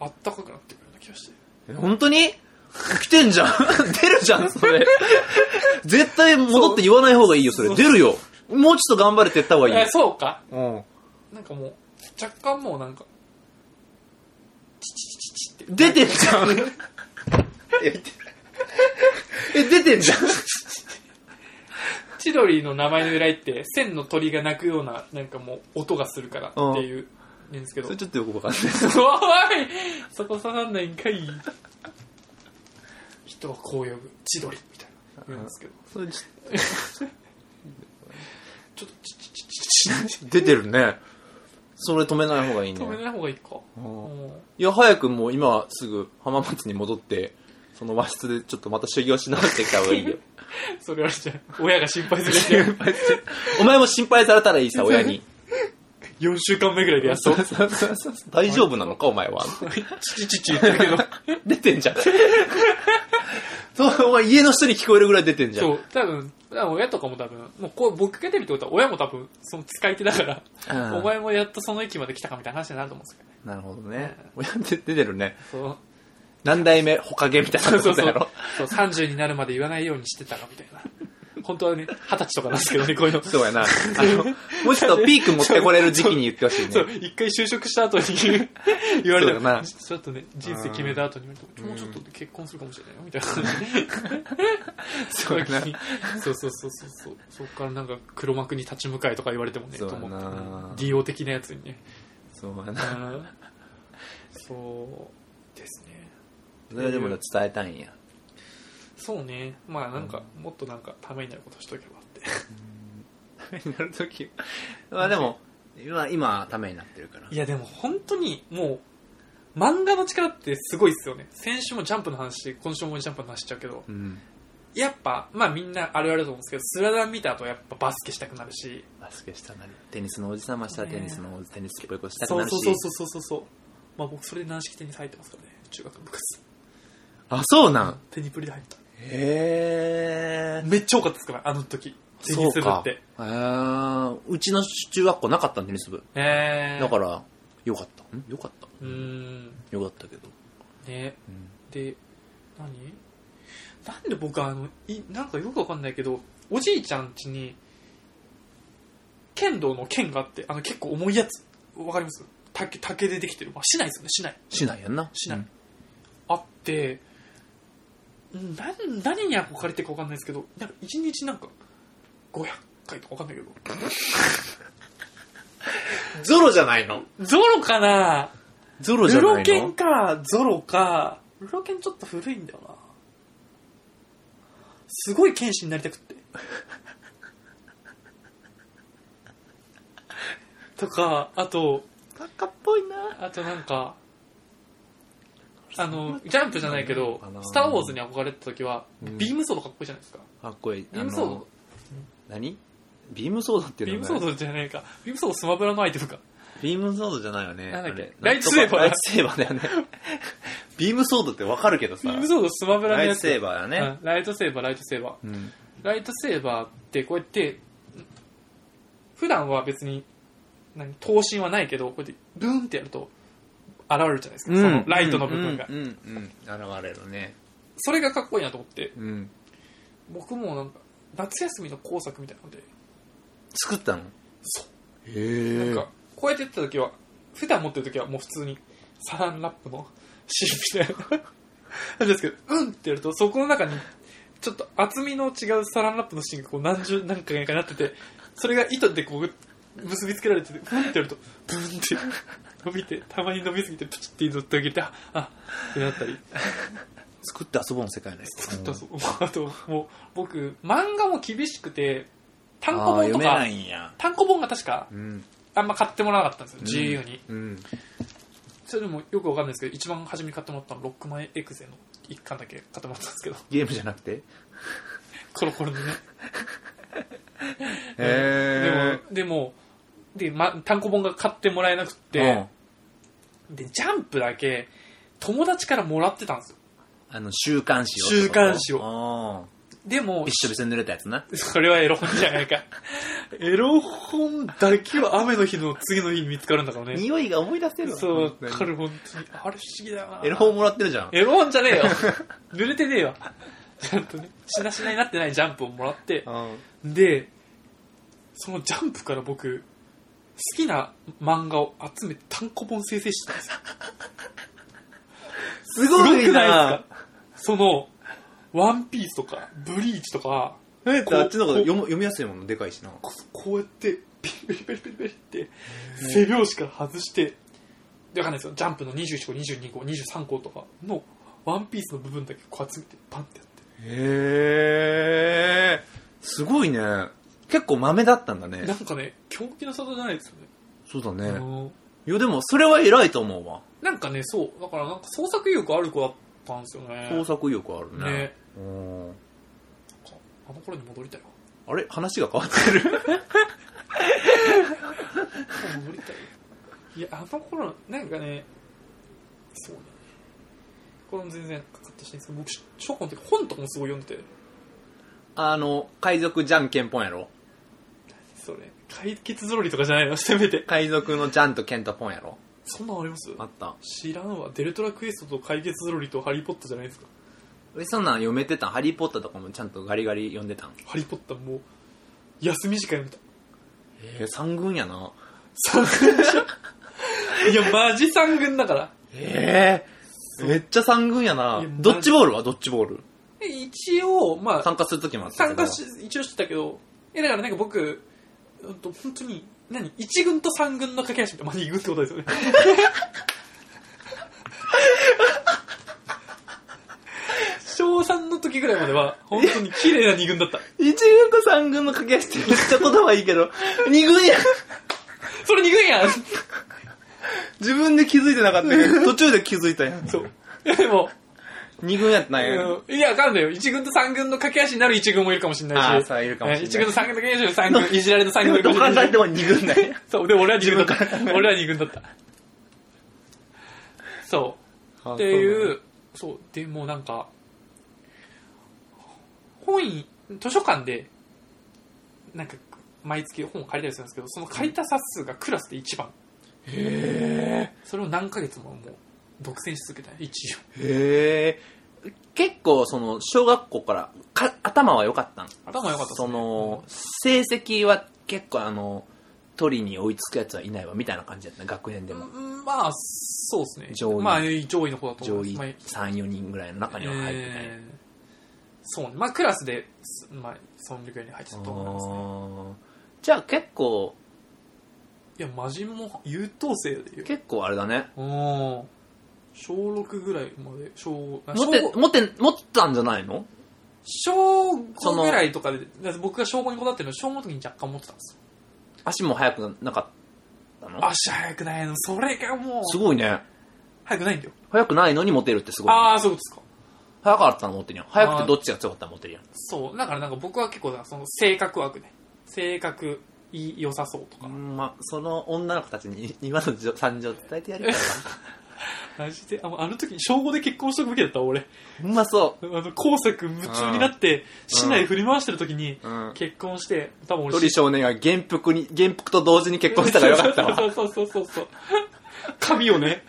A: あったかくなってくるような気がして
B: え本当に来てんじゃん。 出るじゃん、それ。絶対戻って言わない方がいいよ、そ
A: そ
B: れ。
A: う
B: 出るよ。もうちょっと頑張れって言った方がいいよ
A: え。そうか
B: うん。
A: なんかもう若干もうなんかチチチチチって
B: 出てんじゃん。 え、出てんじゃん。
A: 千鳥の名前の由来って千の鳥が鳴くようななんかもう音がするからっていう言うんですけど
B: それちょっとよくわかんない。
A: おいそこ刺さんないんかい人はこう呼ぶ千鳥みたいな言うんですけど
B: それち
A: ちょっとチチチチチ
B: ょ出てるね。それ止めない方がいいね。
A: 止めない方がいいか
B: うん
A: うん
B: いや、早くもう今すぐ浜松に戻って、その和室でちょっとまた修行し直してきた方がいいよ。
A: それはじゃあ親が心配するやつ
B: お前も心配されたらいいさ、親に。
A: 4週間目ぐらいでやっと
B: そうそうそう大丈夫なのか、お前は。
A: チチチチ言ってるけど
B: 出てんじゃん。そう、お前家の人に聞こえるぐらい出てんじゃん。
A: そう多分多分親とかも多分もうこう僕が出るってことは親も多分その使い手だから
B: うん
A: お前もやっとその域まで来たかみたいな話になると思うんですけどね
B: なるほどね。親って出てるね。
A: そう
B: 何代目、ほかげみたい
A: そ
B: なこ
A: う
B: と
A: そう
B: やろ。
A: そう30になるまで言わないようにしてたのみたいな本当はね二十歳とかなんですけどねこういうのそ
B: そうやな。あの、もうちょっとピーク持ってこれる時期に言ってほしいね。
A: う一回就職した後に 言われ
B: そ
A: た
B: うだな
A: らちょっとね人生決めた後に言われたらもうちょっとで結婚するかもしれないよみたいな
B: そうやな
A: そうそうそうそうそうそこからなんか黒幕に立ち向かいとか言われてもね
B: そうや
A: と
B: な
A: 思って DO 的なやつにね
B: そうや
A: う
B: な。
A: んそうですね
B: それでもね伝えたいんや。
A: そうねまあなんか、もっとなんかためになることしとけばって
B: なるとき。まあでも、今、今、ためになってるから
A: い。やでも本当にもう漫画の力ってすごいっすよね先週もジャンプの話今週もジャンプの話しちゃうけど
B: うん。
A: やっぱまあみんなあるあるだと思うんですけどスラダン見た後やっぱバスケしたくなるし
B: バスケしたなり、テニスのおじさましたら
A: ねえ
B: テニスのおじ、テニスっぽいことしたく
A: そ
B: な
A: う
B: るし。
A: そうそうそうそうそうまあ僕それで軟式テニス入ってますからね中学の部活
B: あ、そうなん。
A: テニプリで入った
B: へえ。
A: めっちゃ多かったですからあの時テ
B: そ
A: ニ
B: う
A: ス部
B: か
A: っ。
B: え
A: て
B: ーうちの中学校なかったんテニス部。
A: えー、
B: だから、よかった。んよかった。
A: うーん
B: よかったけど。
A: ね
B: うん
A: で何なんで僕あのいなんかよくわかんないけどおじいちゃん家に剣道の剣があってあの結構重いやつわかります竹竹でできてる、まあ、市内ですよね市内
B: しないやんな。
A: 市内、
B: うん
A: あってん何何に憧れてるかわかんないですけどなんか一日なんか500回とかわかんないけど
B: ゾロじゃないの
A: ゾロかな
B: ゾロじ
A: ル
B: ゃな
A: ロ
B: い
A: ケン
B: の
A: かゾロかルロケンちょっと古いんだよなすごい剣士になりたく ってとかあと
B: バカっぽいな。
A: あとなんかあのジャンプじゃないけど「スター・ウォーズ」に憧れてた時は、
B: うん
A: ビームソードかっこいいじゃないですか
B: かっこいい。
A: ビームソード
B: あの何ビームソードって
A: ビ
B: いう
A: ー
B: の
A: ム
B: が
A: ソードじゃないかビームソードスマブラのアイテムか
B: ビームソードじゃないよね。
A: なんだっけ
B: あれ
A: ライトセーバー
B: ライトセーバーだよね。ビームソードってわかるけどさ。
A: ビームソードスマブラの
B: ライ
A: や
B: ト
A: つ
B: セーバーだね。
A: うんライトセーバーライトセーバー
B: うん。
A: ライトセーバーってこうやってん普段は別に何刀身はないけどこうやってブーンってやると現れるじゃないですか、そのライトの部分が、
B: うん、うん、うん現れるね。
A: それがかっこいいなと思って
B: うん。
A: 僕もなんか夏休みの工作みたいなので
B: 作ったの
A: そう
B: へ
A: なん
B: え
A: かこうやってやってた時は普段持ってる時はもう普通にサランラップの芯みたいななんですけどうんってやるとそこの中にちょっと厚みの違うサランラップの芯がこう何十何回かになっててそれが糸でこう結びつけられててうんってやるとブンって伸びてたまに伸びすぎてプチって糸ってあげてああってなったり
B: 作って遊ぼうの世界のやつ。
A: 作った
B: うん
A: そうあともう僕漫画も厳しくて単行
B: あー
A: 本と
B: 読めな
A: か
B: いんや。
A: 単行本が確か
B: うん。
A: あんま買ってもらわなかったんですよ自由に、
B: うん。
A: それでもよくわかんないですけど一番初めに買ってもらったのロックマンエクゼの一巻だけ買ってもらったんですけど
B: ゲームじゃなくて
A: コロコロにね
B: へ
A: でもでもで、ま、単行本が買ってもらえなくって、でジャンプだけ友達からもらってたんですよ
B: あの、週刊誌をってこと。
A: 週刊誌を
B: を。
A: でも
B: びっしょびしょに濡れたやつな。
A: それはエロ本じゃないか エロ本だけは雨の日の次の日に見つかるんだからね
B: 匂いが思い出せるわ
A: そう
B: 本
A: わ
B: 当
A: か
B: に
A: る本当にあれ不思議だよな
B: エロ本もらってるじゃん。
A: エロ本じゃねえよ濡れてねえよちゃんとねしなしなになってないジャンプをもらって
B: うん。
A: でそのジャンプから僕好きな漫画を集めて単行本生成してたんですよ
B: す
A: すご
B: ご
A: くない
B: い
A: です
B: な
A: かその「ワンピースとか「ブリーチとか
B: え
A: こう
B: あっちの方が読む読みやすいもんでかいしな。
A: ここうやってピリピリピリピリって背拍子から外してでわかんないですよジャンプの21号22号23号とかの「ワンピースの部分だけこう集めてパンってやって
B: へえ。すごいね。結構豆だったんだね
A: な。んかね狂気の沙じゃないですよね
B: そうだ
A: あ
B: ね。
A: の
B: いやでも、それは偉いと思うわ。
A: なんかねそうだからなんか創作意欲ある子だったんですよね
B: 創作意欲あるね
A: ね。
B: うん
A: あの頃に戻りたいわ
B: あれ話が変わってる
A: 戻りたいいやあの頃なんかねそうねこれも全然カットしていいんですけど僕小学校の時本とかもすごい読んでて
B: あの、海賊じゃんけんぽんやろ
A: それ解決ぞろりとかじゃないのせめて
B: 海賊のジャンとケンタポンやろ
A: そんなんあります
B: あった。
A: 知らんわデルトラクエストと解決ぞろりとハリー・ポッターじゃないですか
B: えそんなん読めてたんハリーポッターとかもちゃんとガリガリ読んでたん
A: ハリー・ポッターもう休み時間読んだ
B: えー、三軍やな。
A: 三軍でしょ いやマジ三軍だから
B: ええめっちゃ三軍やない
A: やマジ
B: ドッジボールはドッジボール。
A: で一応まあ
B: 参加するときもあったけ
A: 参
B: ど
A: 加し一応してたけどえだからなんか僕うんと本当に何 ?1 軍と3軍の駆け足みたいな。まあ、2軍ってことですよ ね。小3の時ぐらいまでは、本当に綺麗な2軍だった。
B: 一軍と三軍の駆け足ってめっちゃ言葉いい けど、二軍やん
A: それ2軍やん
B: 自分で気づいてなかったけど、途中で気づいたやん。
A: そう。いや、でも、
B: 二軍やったんや。
A: いや、わかんないよ。1軍と3軍の駆け足になる1軍もいるかもしれ
B: あ
A: ない
B: ー
A: し。
B: そういるかもしれない
A: 1軍と3軍の駆け足の3軍、いじられの3軍
B: どこから 考えても二軍だよ。
A: そう、でも俺は2軍だっ
B: 自分から考え
A: た。
B: る
A: 俺は2軍だ った。そう。っていう、そう、でもなんか、本位、図書館で、なんか、毎月本を借りたりするんですけど、その借りた冊数がクラスで一番。
B: へ
A: それを何ヶ月ももう、独占し続けたよ一応。
B: え。へえ。結構、その、小学校からか、頭は良かったん
A: 頭良かったっすね
B: その、成績は結構、あの、取りに追いつくやつはいないわ、みたいな感じだった、学年でも。
A: うんまあ、そうですね。
B: 上位
A: まあ、上位の方だと
B: 上
A: 思い
B: 位
A: ます。まあ
B: 3、4人ぐらいの中には入ってない。
A: えーそうね。まあ、クラスで、すまあ、そのぐらいに入ってたと思いますね。
B: あーじゃあ結構、
A: いや、魔人も優等生でよ。
B: 結構あれだね。
A: うん。小6ぐらいまで、小、あ
B: 持って
A: 小、
B: 持って、持ったんじゃないの
A: 小5ぐらいとかで、だって僕が小5にこだわってるの小5の時に若干持ってたんですよ。
B: 足も速くなかったの
A: 足速くないのそれがもう、
B: すごいね。
A: 速くないんだよ。
B: 速くないのにモテるってすごいね。
A: ああ、そういうことですか。
B: 速かったらモテるやん。速くてどっちが強かったらモテるやん。
A: そう。だからなんか僕は結構、その性格悪ね。性格いい良さそうとか。
B: うんまあ、その女の子たちに 今のじょ惨状を伝えてやるから
A: マジで、あのあの時に小5で結婚しとくべきだったわ俺。
B: な。うまそ
A: あの、工作夢中になって、市内振り回してる時に
B: う。、うん。
A: 結婚して、多分俺、
B: 鳥少年が原服に、原服と同時に結婚したらよかったわ。
A: そうそうそうそうそう。髪をね、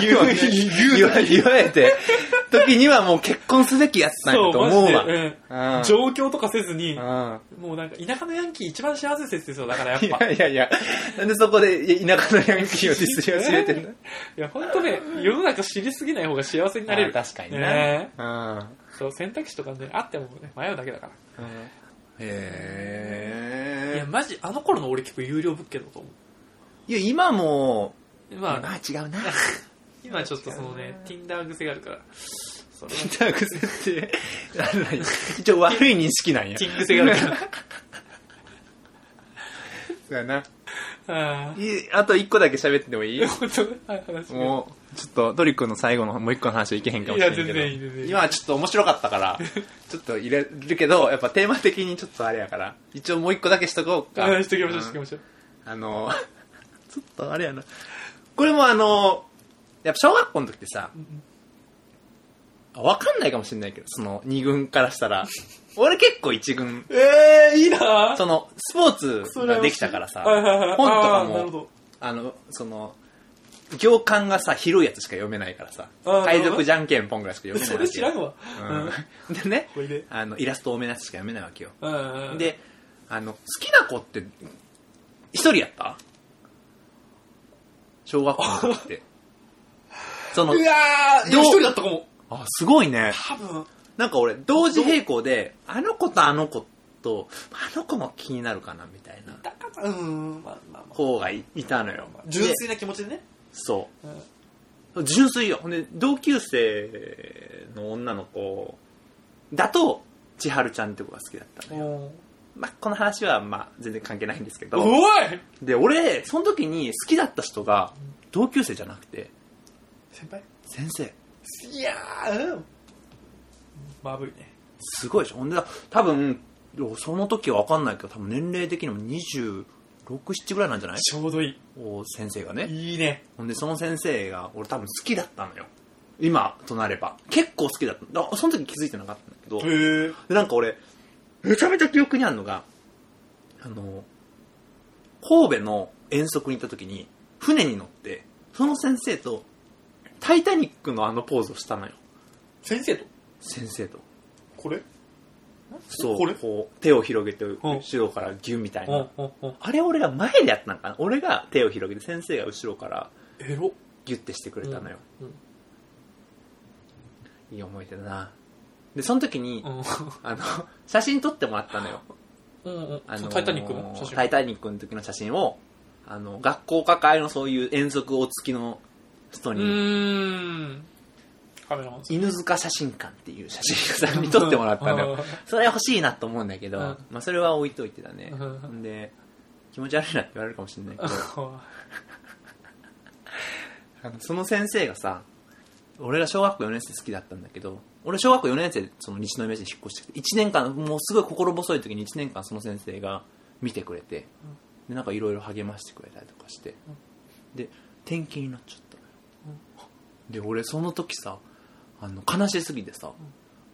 B: 言われて、言われて、時にはもう結婚すべきやつなん
A: そ
B: や
A: う、
B: と
A: マジ
B: 思う
A: で、
B: わ。
A: うん。
B: うん
A: 状況とかせずに、
B: うん
A: もうなんか田舎のヤンキー一番幸せ説ですよ、だからやっ
B: い
A: ぱ。
B: やいやいや、なんでそこでいや田舎のヤンキーをディスり始めてんの
A: いや、ほんとね、世の中知りすぎない方が幸せになれる。
B: あー確かにな
A: ね
B: うん。
A: そう、選択肢とかね、あってもね、迷うだけだか
B: へ
A: ら。いや、マジ、あの頃の俺結構有料物件だと思
B: いや、今も、
A: う。まあ、
B: あ、違うな。
A: 今ちょっとそのね、Tinder 癖があるから、それは、
B: タグ癖って、なんなん一応悪い認識なん や。
A: Ting 癖があるから。
B: だよな。
A: あ
B: いあと一個だけ喋ってもいい
A: あ、本当ねはい話が
B: もう、ちょっとトリックの最後のもう一個の話はいけへんかもしれんけど。
A: いや全然いい全然いい
B: 今はちょっと面白かっ たから、ちょっと入れるけど、やっぱテーマ的にちょっとあれやから、一応もう一個だけしとこうか。
A: あしてきましょう、してきましょう。
B: あの、ちょっとあれやな。これもあの、やっぱ小学校の時ってさ、わかんないかもしれないけど、その2軍からし たら。俺結構1軍。
A: ええ、いいな
B: その、スポーツができたからさ、本とか
A: なるほ
B: も、
A: ど。
B: あの、その、行間がさ、広いやつしか読めないからさ、
A: あー
B: 海賊じゃんけんぽんぐらいしか読めない
A: そ
B: わけ
A: れ知らんわ。
B: うんで ね
A: これで、
B: あの、イラスト多めのやつしか読めないわけよ。
A: うんうん。、
B: で、あの、好きな子って、一人やった小学校 の時って。そうの
A: わ、ー、いや
B: どう
A: 一人だったかも。
B: あ、すごいね。
A: 多分。
B: なんか俺、同時並行で、あの子とあの子と、あの子も気になるかな、みたいな
A: だから、うん、まあまあま
B: 方がいいたのよ
A: あ。。純
B: で
A: 粋な気持ちでね。
B: そうう。純粋よ。ほんで、同級生の女の子だと、千春ちゃんって子が好きだったのよ。
A: ん。
B: まあ、この話は、まあ、全然関係ないんですけど。
A: おい
B: で、俺、その時に好きだった人が、同級生じゃなくて、
A: 先輩
B: 先生。
A: いやー、うん。まぶいね。
B: すごいでしょ。ほんで、多分、その時は分かんないけど、多分年齢的にも26、7ぐらいなんじゃない
A: ちょうどい
B: お先生が
A: い。
B: ね。
A: いいね。
B: ほんで、その先生が、俺多分好きだったのよ。今となれば。結構好きだった。あその時気づいてなかったんだけど
A: へ、ー。
B: でなんか俺、めちゃめちゃ記憶にあるのが、あの、神戸の遠足に行った時に、船に乗って、その先生と、タイタニックのあのポーズをしたのよ。
A: 先生と
B: 先生と。
A: これ
B: そう、
A: これ
B: こう、手を広げて、
A: ん
B: 後ろからギュみたい
A: うん
B: な。
A: うんうん。
B: あれ俺が前でやったのかな俺が手を広げて、先生が後ろから
A: エロ。
B: ギュってしてくれたのよ。
A: うん。
B: いい思い出だな。で、その時に、
A: うん。
B: あの、写真撮ってもらったのよ。
A: うんうん。
B: あ
A: そ
B: の
A: のタイタニックの写真。
B: タイタニックの時の写真を、あの、学校家会のそういう遠足お付きの人
A: う
B: に、
A: ーん。カメラマンさん。
B: 犬塚写真館っていう写真家さんに撮ってもらったんだよ。それ欲しいなと思うんだけど、
A: うん
B: まあそれは置いといてだね。
A: うん
B: ん、で、気持ち悪いなって言われるかもしれない け
A: あ
B: ど、
A: ー。
B: あのその先生がさ、俺が小学校4年生好きだったんだけど、俺小学校4年生でその西宮市に引っ越してきて、1年間、もうすごい心細い時に1年間その先生が見てくれて、で、なんかいろいろ励ましてくれたりとかして、で、転勤になっちゃったのよで、俺その時さ、あの、悲しすぎてさ、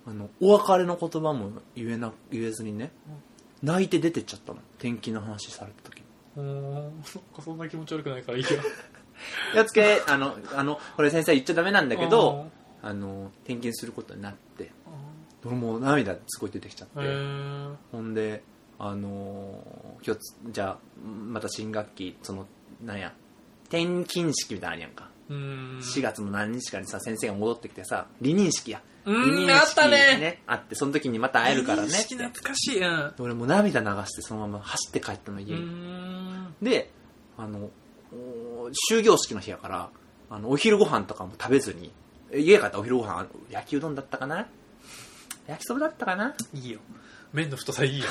B: あの、お別れの言葉も言えな、言えずにね、泣いて出てっちゃったの。転勤の話された時に。
A: うーん。そっか、そんな気持ち悪くない からいいや。
B: やっつけ、あの、あの、これ先生言っちゃダメなんだけど、
A: うん、
B: あの転勤することになって
A: うん
B: 俺もう涙すごい出てきちゃって、
A: へー
B: ほんであのー今日つじゃあまた新学期そのなんや転勤式みたいなのあるやんか、
A: うーん。
B: 4月の何日かにさ先生が戻ってきてさ離任式や
A: う
B: 離任
A: ー
B: 式
A: ん、あったね。
B: あってその時にまた会えるからね
A: 認識懐かしい。うん。
B: 俺もう涙流してそのまま走って帰ったの
A: う
B: 家に、
A: ーん。
B: であのお終業式の日やからあのお昼ご飯とかも食べずにえ家帰ったらお昼ご飯あの焼きうどんだったかな焼きそばだったかない
A: いよ。麺の太さいいよ。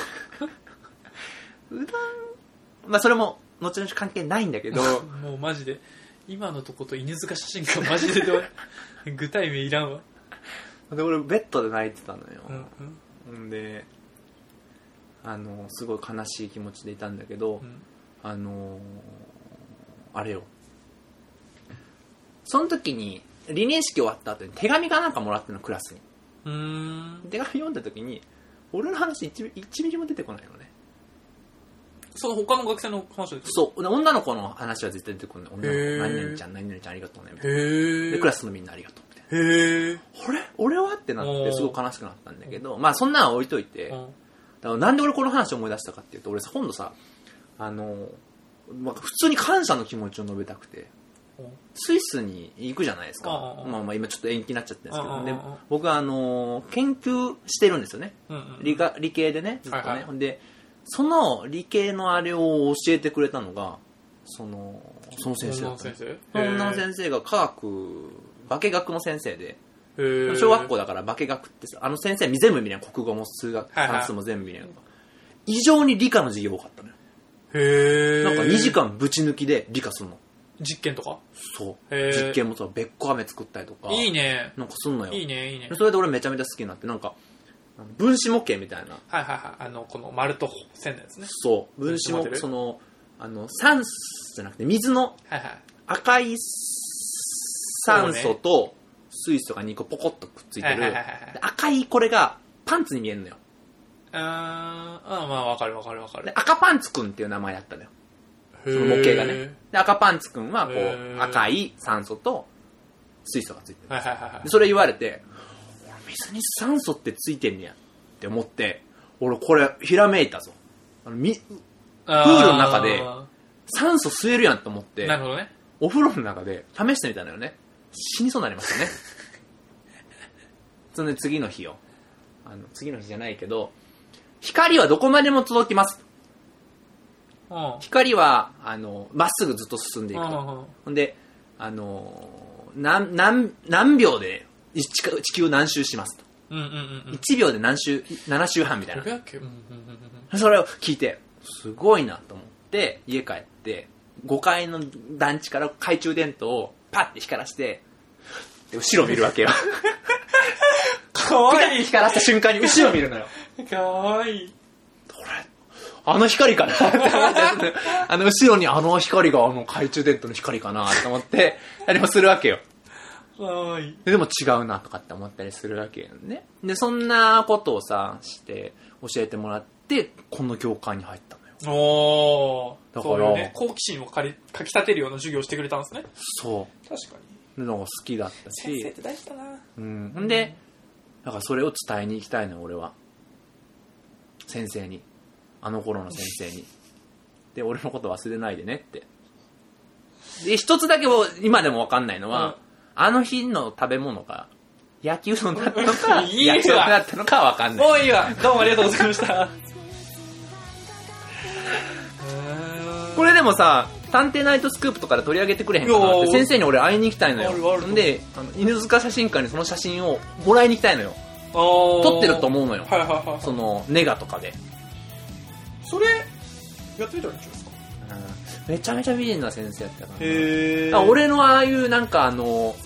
B: うどんまあそれも後々関係ないんだけ ど
A: もうマジで。今のとこと犬塚写真がマジでどう具体名いらんわ。
B: で俺ベッドで泣いてたの
A: うん
B: よ、ほん、であのすごい悲しい気持ちでいたんだけど、
A: うんうん。
B: あのーあれよその時に離任式終わった後に手紙かなんかもらってんのクラスに
A: うーん。
B: 手紙読んだ時に俺の話 1, ミリも出てこないのね
A: その他の学生の話です
B: そうで女の子の話は絶対出てこない女
A: へ
B: の
A: ー
B: 子何々ちゃん何々ちゃんありがとうねみたい
A: へ
B: な
A: ー
B: でクラスのみんなありがとうみたい
A: へえ。
B: な俺俺はってなっ
A: お
B: て
A: ー
B: すごく悲しくなったんだけどまあそんなんは置いといて
A: う
B: だ
A: ん
B: か。らなんで俺この話を思い出したかっていうと俺さ今度さあのーまあ、普通に感謝の気持ちを述べたくて
A: うん
B: スイスに行くじゃないですか
A: ああああ
B: まあまあ今ちょっと延期になっちゃってるんですけ
A: ああ
B: ど
A: あ
B: で
A: あ
B: 僕はあのー研究してるんですよね
A: うんうん
B: 理科理系でねずっとね、
A: はいはい
B: ほんでその理系のあれを教えてくれたのがそのその先生だ
A: 女
B: っ
A: の先
B: たの
A: 生
B: その女の先生が科学化学の先生で
A: 生
B: 小学校だから化学ってさあの先生全部見れん国語も数学
A: はいはい
B: 算数も全部見れんの異常に理科の授業多かったのよ
A: へえ
B: なんか2時間ぶち抜きで理科するの
A: 実験とか
B: そう
A: へー
B: 実験もそうべっこ飴作ったりとか
A: いいね
B: なんかすんのよ
A: いいねいいね
B: それで俺めちゃめちゃ好きになってなんかあの分子模型みたいな
A: はいはいはいあのこの丸と線のやつね
B: そう分子
A: ちょっと待っ
B: も
A: て
B: そのあの酸素じゃなくて水の
A: はいはい
B: 赤い酸素と水素が2個ポコッとくっついてる
A: はいはいはいはい
B: で赤いこれがパンツに見えるのよ
A: あーあーまあわかるわかるわか
B: で
A: る
B: 赤パンツくんっていう名前だったのよ
A: そ
B: その模型がねで赤パンツくんはこ
A: へ
B: う
A: ー
B: 赤い酸素と水素がついてる
A: はいはいはいはい
B: でそれ言われて俺水に酸素ってついてんねやって思って俺これひらめいたぞあのみ
A: あ
B: プールの中で酸素吸えるやんと思って
A: なるほどね
B: お風呂の中で試してみたのよね。死にそうになりましたね。その次の日よ。あの、次の日じゃないけど、光はどこまでも届きます。
A: うんうん
B: 光は、あの、まっすぐずっと進んでいくと。
A: うん
B: ほんで、あのー、何、何、何秒で地球地球を何周しますと。
A: うんうんうん
B: 1秒で何周、7周半みたいな
A: 僕。やっけうんうんうんうん
B: それを聞いて、すごいなと思って、家帰って、5階の団地から懐中電灯をパッて光らして、で後ろ見るわ けよ。
A: かわい
B: 光らした瞬間に後ろ見るのよ。
A: いかわいい
B: これ、あの光かなって思って、 あの後ろにあの光があの懐中電灯の光かなと思って、あれもするわけよ。
A: かわいい
B: ででも違うなとかって思ったりするわけよね。で、そんなことをさ、して、教えてもらって、この業界に入ったのよ。
A: おー
B: だから
A: そういうね好奇心をかりかき立てるような授業をしてくれたんですね
B: そ
A: 確かに
B: う。のが好きだったし。
A: 先生って大事だな
B: うん、ほんで、だからそれを伝えに行きたいのよ俺は先生にあの頃の先生にで俺のこと忘れないでねってで一つだけを今でも分かんないの
A: う
B: は、
A: ん
B: あの日の食べ物が焼きうどんだったのか
A: いいわ
B: 焼きそばだったのかは分かんない
A: もういいわどうもありがとうございました
C: It's where it's in my
B: これでもさ「探偵ナイトスクープ」とかで取り上げてくれへんかなっ
A: い
B: て
A: や
B: 先生に俺会いに行きたいのよ
A: あるある
B: んであの犬塚写真館にその写真をもらいに行きたいのよ撮
A: 撮
B: ってると
A: 思
B: 思うのよ
A: はいはいはい
B: そのネガとかで
A: それやってみたらいいんじゃないですか
B: めちゃめちゃ美人な先生やったからな
A: へえ
B: あ俺のああいうなんかあの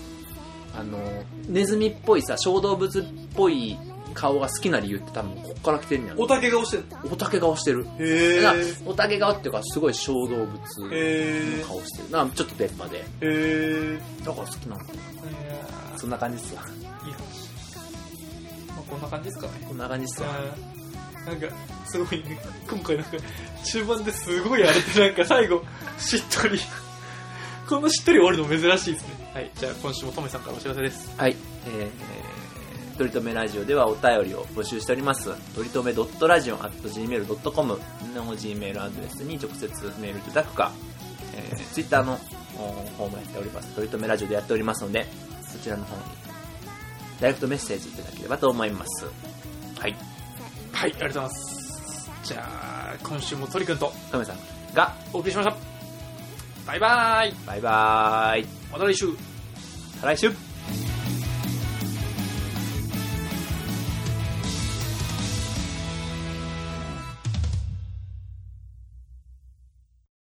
B: あのネズミっぽいさ小動物っぽい顔が好きな理由って多分こっから来てるんやろ
A: おたけ顔してる
B: おたけ顔してる
A: へ
B: だから
A: え
B: おたけ顔っていうかすごい小動物の
A: へ
B: 顔してるなんかちょっと出っ歯で
A: えへえ
B: だから好きなのそんな感じっすわ
A: いやまあこんな感じですかね
B: こんな感じっすわ
A: なんか、すごいね、今回なんか、中盤ですごい荒れて、なんか最後、しっとり。 このしっとり終わるの珍しいですね。はい、じゃあ今週もトメさんからお知らせです。
B: はい、えー、とりとめラジオではお便りを募集しております。とりとめ .radio.gmail.com の Gmail アドレスに直接メールいただくか、えー、Twitter のお方もやっております。とりとめラジオでやっておりますので、そちらの方にダイレクトメッセージいただければと思います。はい、
A: はい、ありがとうございます。じゃあ、今週もトリくんと
B: とめさんが、
A: お送りしました。バイバーイ
B: バイバーイ。
A: また来週
B: 再来週